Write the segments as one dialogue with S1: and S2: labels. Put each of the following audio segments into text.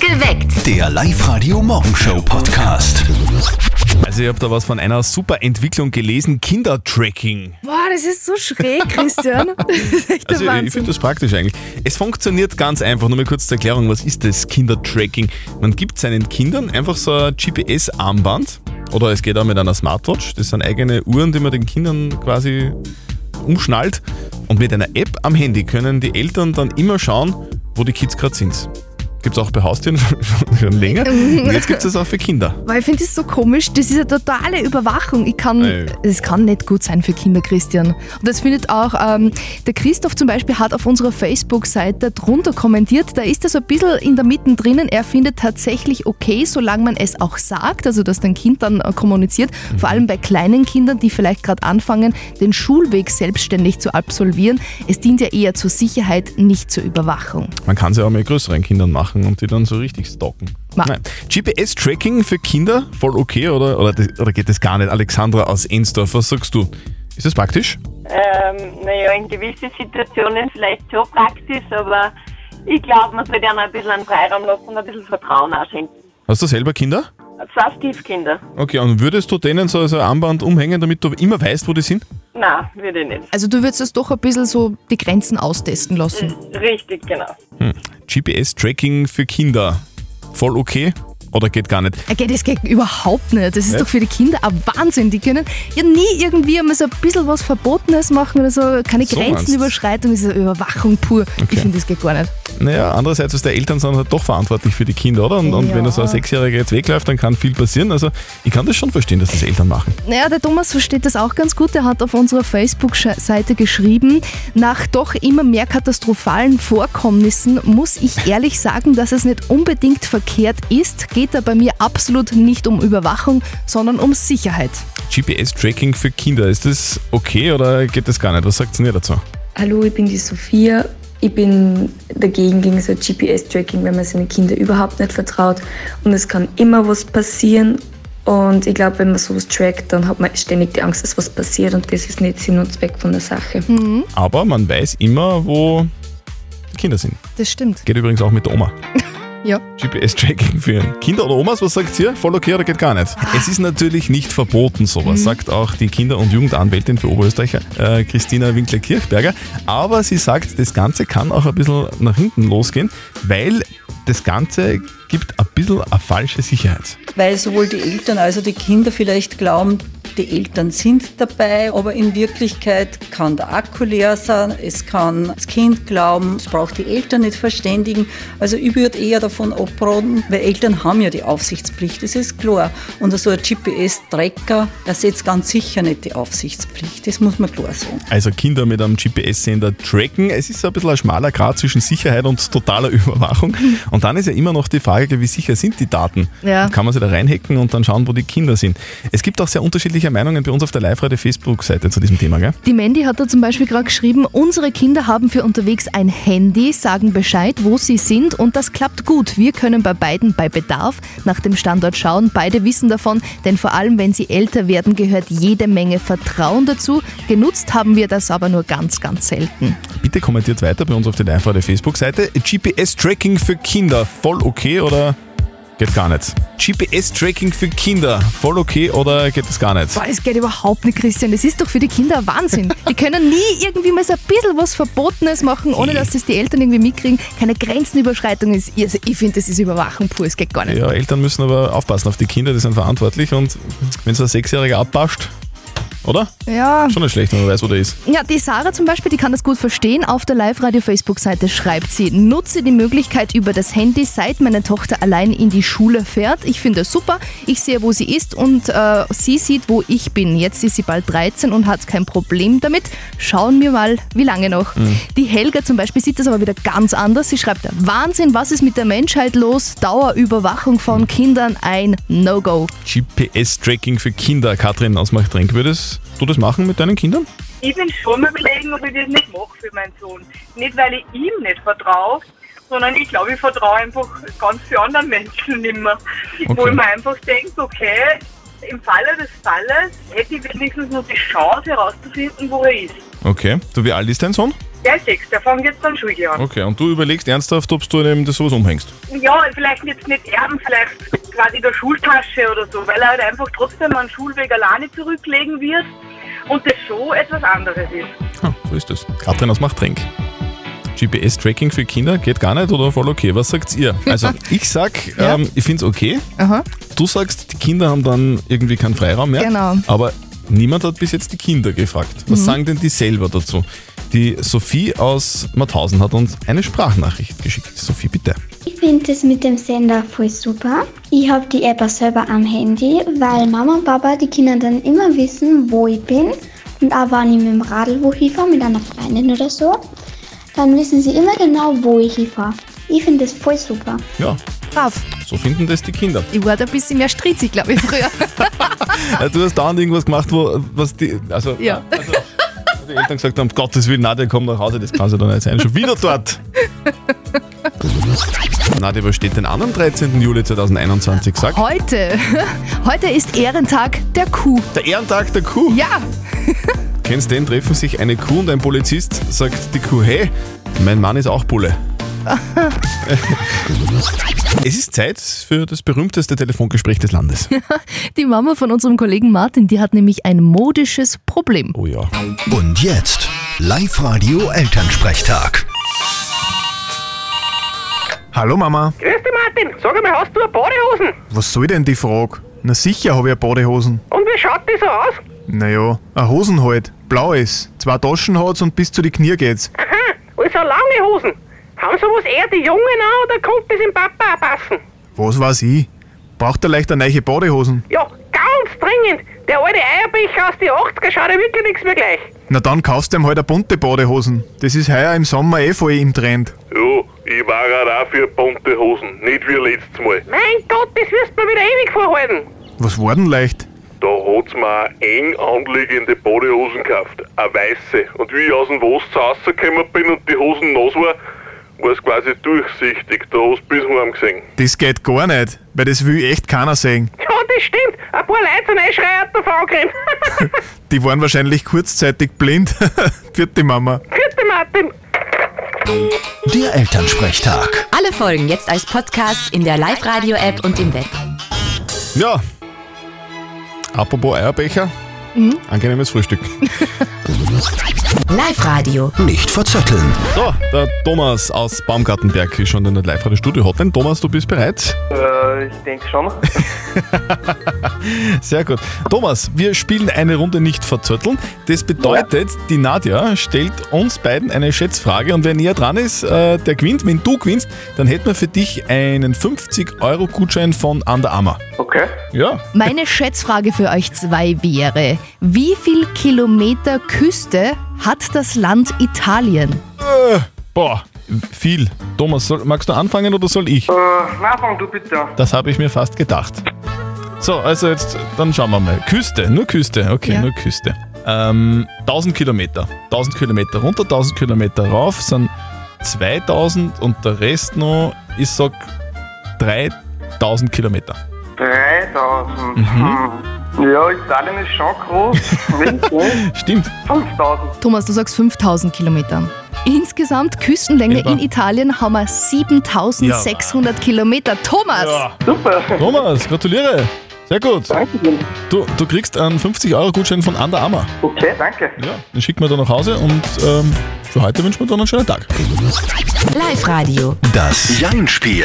S1: Geweckt.
S2: Der Live-Radio-Morgenshow-Podcast.
S3: Also ich habe da was von einer super Entwicklung gelesen, Kindertracking.
S4: Boah, das ist so schräg, Christian. Das ist echt der
S3: Also ich- ich
S4: Wahnsinn.
S3: finde das praktisch eigentlich. Es funktioniert ganz einfach. Nur mal kurz zur Erklärung, was ist das Kindertracking? Man gibt seinen Kindern einfach so ein GPS-Armband oder es geht auch mit einer Smartwatch. Das sind eigene Uhren, die man den Kindern quasi umschnallt. Und mit einer App am Handy können die Eltern dann immer schauen, wo die Kids gerade sind. Gibt es auch bei Haustieren schon- schon länger. Und jetzt gibt es das auch für Kinder.
S4: Weil ich finde das so komisch, das ist eine totale Überwachung. Ich kann,
S3: Ey.
S4: das kann nicht gut sein für Kinder, Christian. Und das findet auch, ähm, der Christoph zum Beispiel hat auf unserer Facebook-Seite drunter kommentiert, da ist er so ein bisschen in der Mitte drinnen. Er findet tatsächlich okay, solange man es auch sagt, also dass dein Kind dann äh, kommuniziert.
S3: Mhm.
S4: Vor allem bei kleinen Kindern, die vielleicht gerade anfangen, den Schulweg selbstständig zu absolvieren. Es dient ja eher zur Sicherheit, nicht zur Überwachung.
S3: Man kann es ja auch mit größeren Kindern machen und die dann so richtig stalken.
S4: Ma-
S3: Nein. GPS-Tracking für Kinder, voll okay, oder? Oder, das, oder geht das gar nicht? Alexandra aus Ensdorf, was sagst du? Ist das praktisch?
S5: Ähm, naja, in gewissen Situationen vielleicht schon praktisch, aber ich glaube, man sollte ihnen ein bisschen einen Freiraum lassen und ein bisschen Vertrauen auch schenken.
S3: Hast du selber Kinder?
S5: Zwei Stiefkinder?
S3: Okay, und würdest du denen so so ein Armband umhängen, damit du immer weißt, wo die sind?
S5: Nein, würde ich eh nicht.
S4: Also du würdest es doch ein bisschen so die Grenzen austesten lassen.
S3: Äh.
S5: Richtig, genau.
S3: GPS-Tracking für Kinder, voll okay? Oder geht gar nicht?
S4: Okay, das geht überhaupt nicht. Das ist doch für die Kinder ein Wahnsinn. Die können ja nie irgendwie einmal so ein bisschen was Verbotenes machen oder so. Keine
S3: So meinst du's?
S4: Grenzenüberschreitung, das ist eine Überwachung pur.
S3: Okay.
S4: Ich finde, das geht gar nicht.
S3: Naja, andererseits, was der Eltern sind halt doch verantwortlich für die Kinder, oder? Und, und
S4: Ja.
S3: wenn so ein Sechsjähriger jetzt wegläuft, dann kann viel passieren. Also ich kann das schon verstehen, dass das Eltern machen.
S4: Naja, der Thomas versteht das auch ganz gut. Er hat auf unserer Facebook-Seite geschrieben, nach doch immer mehr katastrophalen Vorkommnissen muss ich ehrlich sagen, dass es nicht unbedingt verkehrt ist, geht da bei mir absolut nicht um Überwachung, sondern um Sicherheit.
S3: GPS-Tracking für Kinder, ist das okay oder geht das gar nicht? Was sagt ihr dazu?
S6: Hallo, ich bin die Sophia. Ich bin dagegen gegen so GPS-Tracking, wenn man seinen Kindern überhaupt nicht vertraut. Und es kann immer was passieren. Und ich glaube, wenn man sowas trackt, dann hat man ständig die Angst, dass was passiert. Und das ist nicht Sinn und Zweck von der Sache.
S3: Aber man weiß immer, wo die Kinder sind.
S4: Das stimmt.
S3: Geht übrigens auch mit der Oma.
S4: Ja.
S3: GPS-Tracking für Kinder oder Omas, was sagt ihr? Voll okay oder geht gar nicht? Es ist natürlich nicht verboten, sowas, sagt auch die Kinder- und Jugendanwältin für Oberösterreich, äh, Christina Winkler-Kirchberger. Aber sie sagt, das Ganze kann auch ein bisschen nach hinten losgehen, weil das Ganze gibt ein bisschen eine falsche Sicherheit.
S7: weil sowohl die Eltern als auch die Kinder vielleicht glauben, die Eltern sind dabei, aber in Wirklichkeit kann der Akku leer sein, es kann das Kind glauben, es braucht die Eltern nicht verständigen. Also ich würde eher davon abraten, weil Eltern haben ja die Aufsichtspflicht, das ist klar. Und so ein GPS-Tracker ersetzt ganz sicher nicht die Aufsichtspflicht, das muss man klar sagen.
S3: Also Kinder mit einem GPS-Sender tracken. Es ist so ein bisschen ein schmaler Grad zwischen Sicherheit und totaler Überwachung. Und dann ist ja immer noch die Frage, wie sicher sind die Daten?
S4: Ja.
S3: Kann man sie da reinhacken und dann schauen, wo die Kinder sind? Es gibt auch sehr unterschiedliche Meinungen bei uns auf der Live-Radio-Facebook-Seite zu diesem Thema, gell?
S4: Die Mandy hat da zum Beispiel gerade geschrieben, unsere Kinder haben für unterwegs ein Handy, sagen Bescheid, wo sie sind und das klappt gut. Wir können bei beiden bei Bedarf nach dem Standort schauen. Beide wissen davon, denn vor allem wenn sie älter werden, gehört jede Menge Vertrauen dazu. Genutzt haben wir das aber nur ganz, ganz selten.
S3: Bitte kommentiert weiter bei uns auf der Live-Radio-Facebook-Seite. GPS-Tracking für Kinder, voll okay oder geht gar nicht? GPS-Tracking für Kinder, voll okay oder geht das gar nicht?
S4: Boah, das geht überhaupt nicht, Christian. Das ist doch für die Kinder ein Wahnsinn. Die können nie irgendwie mal so ein bisschen was Verbotenes machen, ohne dass das die Eltern irgendwie mitkriegen. Keine Grenzenüberschreitung ist. Also ich finde, das ist Überwachung pur. Es geht gar nicht.
S3: Ja, Eltern müssen aber aufpassen auf die Kinder, die sind verantwortlich und wenn so ein Sechsjähriger abbascht, oder?
S4: Ja,
S3: Schon nicht schlecht, wenn man weiß, wo der ist.
S4: Ja, die Sarah zum Beispiel, die kann das gut verstehen. Auf der Live-Radio-Facebook-Seite schreibt sie, nutze die Möglichkeit über das Handy, seit meine Tochter allein in die Schule fährt. Ich finde das super. Ich sehe, wo sie ist und äh, sie sieht, wo ich bin. Jetzt ist sie bald 13 und hat kein Problem damit. Schauen wir mal, wie lange noch. Die Helga zum Beispiel sieht das aber wieder ganz anders. Sie schreibt, Wahnsinn, was ist mit der Menschheit los? Dauerüberwachung von Kindern ein No-Go.
S3: GPS-Tracking für Kinder, Katrin aus Machtrenk. Würdest du das machen mit deinen Kindern?
S5: Ich bin schon mal überlegen, ob ich das nicht mache für meinen Sohn. Nicht, weil ich ihm nicht vertraue, sondern ich glaube, ich vertraue einfach ganz vielen anderen Menschen nicht mehr. Wo
S3: Okay.
S5: ich mir einfach denke, okay, im Falle des Falles hätte ich wenigstens noch die Chance herauszufinden, wo er ist.
S3: Okay. Du, wie alt ist dein Sohn?
S5: Der ist sechs, der fängt jetzt dann Schuljahr an.
S3: Okay, und du überlegst ernsthaft, ob du dem das sowas umhängst.
S5: Ja, vielleicht jetzt nicht erben, vielleicht quasi der Schultasche oder so, weil er halt einfach trotzdem einen Schulweg alleine zurücklegen wird und das schon etwas anderes ist.
S3: Ha, Hm, so ist es. Katrin aus Machtrenk. GPS-Tracking für Kinder geht gar nicht oder voll okay? Was sagt ihr? Also, ich sag,
S4: Ja.
S3: ähm, ich find's okay.
S4: Aha.
S3: Du sagst, die Kinder haben dann irgendwie keinen Freiraum mehr.
S4: Genau. Mhm.
S3: Aber niemand hat bis jetzt die Kinder gefragt. Was sagen denn die selber dazu? Die Sophie aus Mauthausen hat uns eine Sprachnachricht geschickt. Sophie, bitte.
S1: Ich finde das mit dem Sender voll super. Ich habe die App auch selber am Handy, weil Mama und Papa die Kinder dann immer wissen, wo ich bin. Und auch wenn ich mit dem Radl wo hinfahre, mit einer Freundin oder so, dann wissen sie immer genau, wo ich hinfahre. Ich finde das voll super.
S3: Ja,
S4: Brav.
S3: so finden das die Kinder.
S4: Ich war da ein bisschen mehr stritzig, glaube ich, früher.
S3: Äh, Du hast dauernd irgendwas gemacht, wo, was die, also,
S4: Ja.
S3: also wo die Eltern gesagt haben, um Gottes Willen, Nadja, komm nach Hause, das kann sie doch nicht sein. Schon wieder dort. Nadja übersteht den anderen 13. Juli 2021, sagt
S4: Heute, heute ist Ehrentag der Kuh.
S3: der Ehrentag der Kuh.
S4: Ja,
S3: Kennst den? Treffen sich eine Kuh und ein Polizist, sagt die Kuh, hey, mein Mann ist auch Bulle. es ist Zeit für das berühmteste Telefongespräch des Landes.
S4: die Mama von unserem Kollegen Martin, die hat nämlich ein modisches Problem.
S3: Oh ja.
S2: Und jetzt Live-Radio Elternsprechtag.
S8: Hallo Mama,
S5: Grüß dich, Martin. Sag mal, hast du Badehosen?
S8: was soll denn die Frage? Na sicher habe ich eine Badehosen.
S5: Und wie schaut die so aus?
S8: Naja, eine Hosen halt, blaues, zwei Taschen hat's und bis zu die Knie geht's.
S5: Aha, also lange Hosen. Haben sowas eher die Jungen an oder kommt das im Papa auch passen?
S8: Was weiß ich? Braucht er leicht eine neue Badehosen?
S5: Ja, ganz dringend. Der alte Eierbecher aus die 80er schaut ja wirklich nichts mehr gleich.
S8: Na dann kaufst du ihm halt eine bunte Badehosen. Das ist heuer im Sommer eh voll im Trend.
S9: Ja, ich war grad auch für bunte Hosen, nicht wie letztes Mal.
S5: Mein Gott, das wirst du mir wieder ewig vorhalten.
S8: Was war denn leicht?
S9: Da hat's mir eine eng anliegende Badehosen gekauft, eine weiße. Und wie ich aus dem Wasser rausgekommen bin und die Hosen nass war, war es quasi durchsichtig. Da hast du bis heim gesehen.
S8: Das geht gar nicht, weil das will echt keiner sehen.
S5: Ja, das stimmt. Ein paar Leute sind einschreier davon angerannt.
S8: Die waren wahrscheinlich kurzzeitig blind. Vierte Mama.
S5: Vierte Martin.
S2: Der Elternsprechtag.
S10: Alle Folgen jetzt als Podcast in der Live-Radio-App und im Web.
S3: Ja. Apropos Eierbecher. Angenehmes Frühstück.
S10: Live-Radio.
S2: Nicht verzetteln.
S3: So, der Thomas aus Baumgartenberg ist schon in der live radio studio hotline Thomas, du bist bereit?
S9: Äh, ich denke schon.
S3: Sehr gut. Thomas, wir spielen eine Runde nicht verzötteln. Das bedeutet, die Nadja stellt uns beiden eine Schätzfrage und wer näher dran ist, äh, der gewinnt. Wenn du gewinnst, dann hätten wir für dich einen 50-Euro-Gutschein von Under Armour.
S9: Okay.
S3: Ja.
S4: Meine Schätzfrage für euch zwei wäre, wie viel Kilometer Küste hat das Land Italien?
S3: Boah, viel. Thomas, soll, magst du anfangen oder soll ich?
S9: Äh, Na, fang du bitte an.
S3: Das habe ich mir fast gedacht. So, also jetzt, dann schauen wir mal. Küste, nur Küste, okay,
S4: Ja.
S3: nur Küste. Ähm, 1000 Kilometer. 1000 Kilometer runter, 1000 Kilometer rauf sind 2000 und der Rest noch, ich sag 3000 Kilometer.
S9: 3000. Hm. Ja, Italien ist schon groß.
S3: Stimmt.
S9: 5000.
S4: Thomas, du sagst 5000 Kilometer. Insgesamt Küstenlänge
S3: Etwa.
S4: in Italien haben wir 7600 Kilometer. Thomas,
S9: Super.
S3: Thomas, gratuliere. Sehr gut.
S9: Danke.
S3: Du, du kriegst einen 50-Euro-Gutschein von Under Armour.
S9: Okay, danke.
S3: Ja, den schicken wir dann nach Hause und ähm, für heute wünschen wir dann einen schönen Tag.
S10: Live-Radio.
S2: Das Jein-Spiel.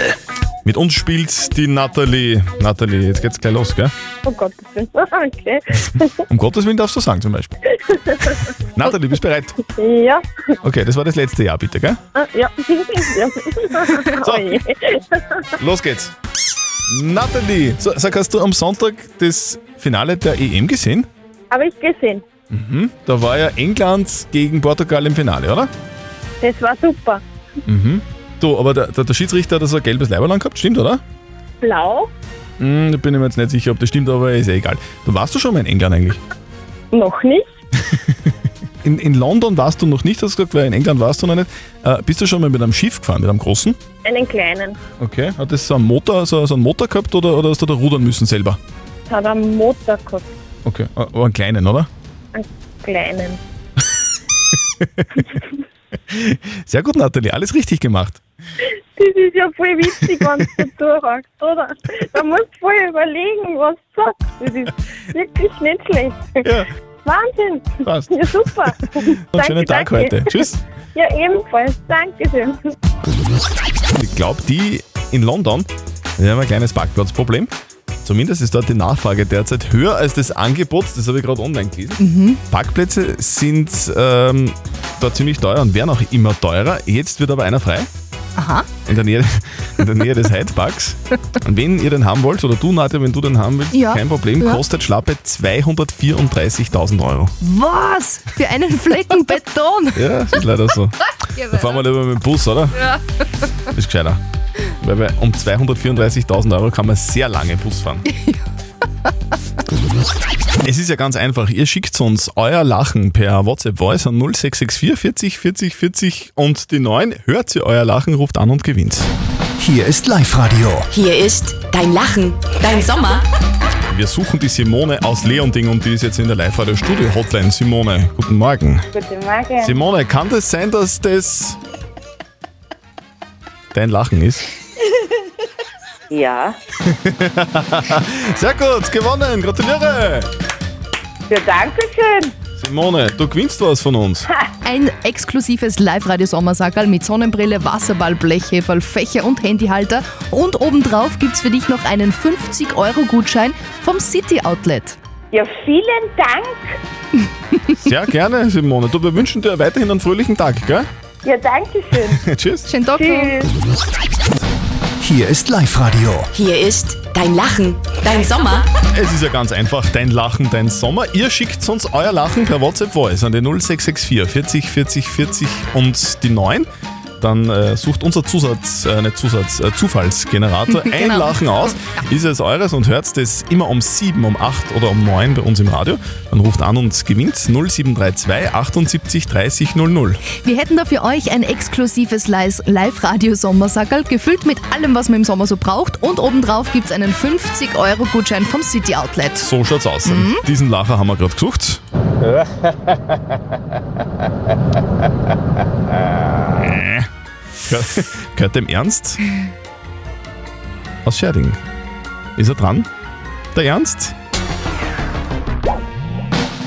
S3: Mit uns spielt die Natalie. Natalie, jetzt geht's gleich los, gell?
S5: Oh Gott, das ist okay.
S3: Um Gottes Willen darfst du sagen, zum Beispiel. Nathalie, bist bereit?
S5: Ja,
S3: Okay, das war das letzte Jahr, bitte, gell?
S5: ja.
S3: So, los geht's. Nathalie, so, sag, hast du am Sonntag das Finale der EM gesehen?
S5: Habe ich gesehen.
S3: Da war ja England gegen Portugal im Finale, oder?
S5: Das war super.
S3: Du, aber der, der, der Schiedsrichter hat so ein gelbes Leiberland gehabt, stimmt, oder?
S5: Blau?
S3: Hm, da bin ich mir jetzt nicht sicher, ob das stimmt, aber ist eh egal. Du warst du schon mal in England eigentlich?
S5: Noch nicht.
S3: In, in London warst du noch nicht, hast du gesagt, weil in England warst du noch nicht. Äh, bist du schon mal mit einem Schiff gefahren, mit einem großen?
S5: Einen kleinen.
S3: Okay. Hat das so einen Motor, so, so einen Motor gehabt oder, oder hast du da rudern müssen selber? Äh,
S5: Das hat einen Motor gehabt.
S3: Okay. Aber einen kleinen, oder?
S5: Einen kleinen.
S3: Sehr gut, Nathalie, alles richtig gemacht.
S11: Das ist ja voll witzig, wenn du durchhängst, oder? Da musst du voll überlegen, was du sagst. Das ist wirklich nicht schlecht. Wahnsinn!
S3: Passt.
S11: Ja, super!
S3: Und schönen Tag heute. Tschüss.
S11: Ja, ebenfalls. Dankeschön.
S3: Ich glaube, die in London, die haben ein kleines Parkplatzproblem. Zumindest ist dort die Nachfrage derzeit höher als das Angebot, das habe ich gerade online gelesen. Parkplätze sind ähm, dort ziemlich teuer und werden auch immer teurer. Jetzt wird aber einer frei.
S4: Aha.
S3: In der Nähe, in der Nähe des Hyde Parks. Und wenn ihr den haben wollt, oder du, Nadja, wenn du den haben willst,
S4: Ja.
S3: kein Problem,
S4: Ja.
S3: kostet schlappe 234.000 Euro.
S4: Was? Für einen Flecken Beton?
S3: Ja, das ist leider so. Da fahren wir lieber mit dem Bus, oder?
S4: Ja.
S3: Ist gescheiter. Weil bei um 234.000 Euro kann man sehr lange Bus fahren. es ist ja ganz einfach. Ihr schickt uns euer Lachen per WhatsApp-Voice an 0664 40 40 40 und die 9. Hört ihr euer Lachen, ruft an und gewinnt.
S2: Hier ist Live-Radio.
S10: Hier ist dein Lachen, dein Sommer.
S3: Wir suchen die Simone aus Leonding und die ist jetzt in der Live-Radio-Studio-Hotline. Simone, guten Morgen.
S11: Guten Morgen.
S3: Simone, kann das sein, dass das dein Lachen ist?
S5: Ja,
S3: Sehr gut, gewonnen, gratuliere!
S5: ja, danke schön.
S3: Simone, du gewinnst was von uns.
S4: Ein exklusives Live-Radio-Sommersackerl mit Sonnenbrille, Wasserball, Blechheferl, Fächer und Handyhalter. Und obendrauf gibt's für dich noch einen 50-Euro-Gutschein vom City Outlet.
S11: Ja, vielen Dank.
S3: Sehr gerne, Simone. Du, wir wünschen dir weiterhin einen fröhlichen Tag, gell?
S11: Ja, danke schön.
S3: Tschüss.
S4: Schönen Tag. noch.
S11: Tschüss.
S2: Hier ist Live-Radio.
S10: Hier ist dein Lachen, dein Sommer.
S3: Es ist ja ganz einfach, dein Lachen, dein Sommer. Ihr schickt uns euer Lachen per WhatsApp-Voice an die 0664 40 40 40 und die 9. Dann äh, sucht unser Zusatz, äh, nicht Zusatz, äh, Zufallsgenerator ein
S4: Genau.
S3: Lachen aus. Ist es eures und hört es immer um 7, um 8 oder um 9 bei uns im Radio. Dann ruft an und gewinnt 0732 78 30 00.
S4: Wir hätten da für euch ein exklusives Leis- Live-Radio-Sommersackerl, gefüllt mit allem, was man im Sommer so braucht. Und obendrauf gibt's einen 50-Euro-Gutschein vom City Outlet.
S3: So schaut's aus.
S2: Mhm.
S3: Diesen Lacher haben wir gerade gesucht. Äh. Gehört- Gehört dem Ernst? Aus Scherding. Ist er dran? Der Ernst?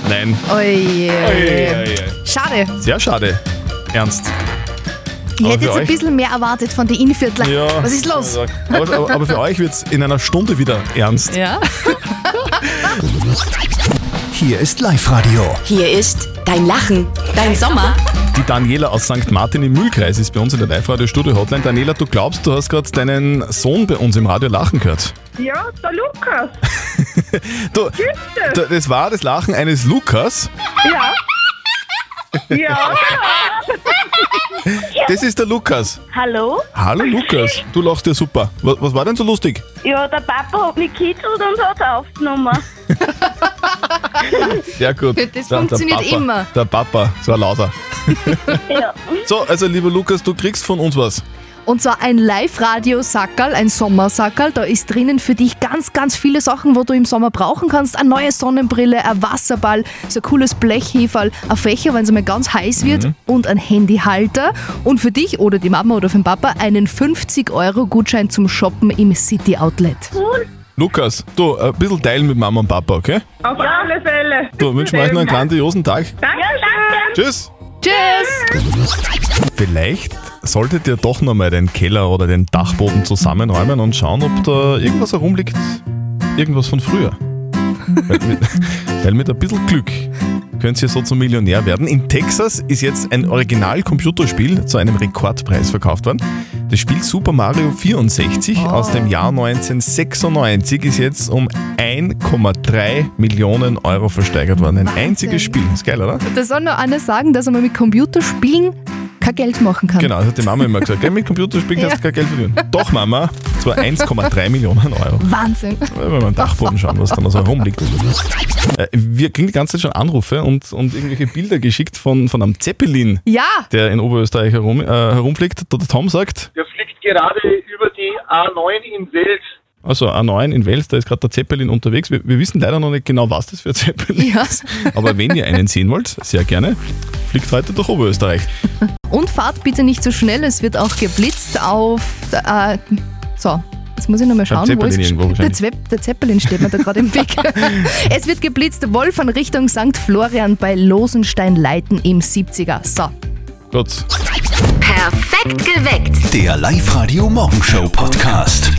S3: Nein.
S4: Oje. Schade.
S3: Sehr schade. Ernst.
S4: Ich
S3: Aber
S4: hätte
S3: für
S4: jetzt ein
S3: euch-
S4: bisschen mehr erwartet von den Innviertler. Was ist los?
S3: Aber, aber, aber für euch wird's in einer Stunde wieder ernst.
S4: Ja?
S2: Hier ist Live-Radio.
S10: Hier ist dein Lachen, dein Sommer.
S3: Die Daniela aus St. Martin im Mühlkreis ist bei uns in der Live-Radio-Studio-Hotline. Daniela, du glaubst, du hast gerade deinen Sohn bei uns im Radio lachen gehört.
S5: Ja, der Lukas.
S3: Du, du, das war das Lachen eines Lukas.
S5: Ja. Ja.
S3: Das ist der Lukas.
S11: Hallo?
S3: Hallo Lukas, du lachst ja super. Was, was war denn so lustig?
S11: Ja, der Papa hat mich kitzelt und hat aufgenommen.
S3: Sehr gut.
S4: Das funktioniert
S3: Papa,
S4: immer.
S3: Der Papa, so ein Lauter.
S11: Ja.
S3: So, also lieber Lukas, du kriegst von uns was.
S4: Und zwar ein Live-Radio-Sackerl, ein Sommersackerl. Da ist drinnen für dich ganz, ganz viele Sachen, wo du im Sommer brauchen kannst. Eine neue Sonnenbrille, ein Wasserball, so ein cooles Blechheferl, ein Fächer, wenn es mal ganz heiß wird und ein Handyhalter. Und für dich oder die Mama oder für den Papa einen 50-Euro-Gutschein zum Shoppen im City Outlet.
S3: Lukas, du, ein bisschen teilen mit Mama und Papa, okay?
S5: Auf alle Fälle.
S3: Du, wünschen wir euch noch einen grandiosen Tag.
S5: Danke.
S3: Tschüss.
S4: Tschüss!
S3: Vielleicht solltet ihr doch nochmal den Keller oder den Dachboden zusammenräumen und schauen, ob da irgendwas herumliegt. Irgendwas von früher. weil, mit, weil mit ein bisschen Glück könnt ihr so zum Millionär werden. In Texas ist jetzt ein Original-Computerspiel zu einem Rekordpreis verkauft worden. Das Spiel Super Mario 64 aus dem Jahr 1996 ist jetzt um 1,3 Millionen Euro versteigert worden. Ein
S4: Wahnsinn.
S3: einziges Spiel. Ist geil, oder?
S4: Da soll noch einer sagen, dass man mit Computerspielen kein Geld machen kann.
S3: Genau, das hat die Mama immer gesagt. Gell, mit Computerspielen kannst du kein Geld verdienen. Doch, Mama, es war 1,3 Millionen Euro.
S4: Wahnsinn.
S3: Wenn wir mal am Dachboden schauen, was da noch so herumliegt. Äh, Wir kriegen die ganze Zeit schon Anrufe und, und irgendwelche Bilder geschickt von, von einem Zeppelin,
S4: Ja!
S3: der in Oberösterreich herum, äh, herumfliegt. Der Tom sagt,
S9: Der fliegt gerade über die A9 in Wels.
S3: Also A9 in Wels, da ist gerade der Zeppelin unterwegs. Wir, wir wissen leider noch nicht genau, was das für ein Zeppelin ist. Aber wenn ihr einen sehen wollt, sehr gerne, fliegt heute durch Oberösterreich.
S4: Und fahrt bitte nicht zu so schnell, es wird auch geblitzt auf. Äh, so. Jetzt muss ich nochmal
S3: Beim
S4: schauen, wo
S3: Zeppelin
S4: ist
S3: irgendwo
S4: der,
S3: wahrscheinlich.
S4: Zepp- der Zeppelin steht mir da gerade im Weg. es wird geblitzt, Wolfern Richtung St. Florian bei Losenstein-Leiten im 70er. So.
S3: Gut.
S10: Perfekt geweckt.
S2: Der Live-Radio Morgenshow Podcast.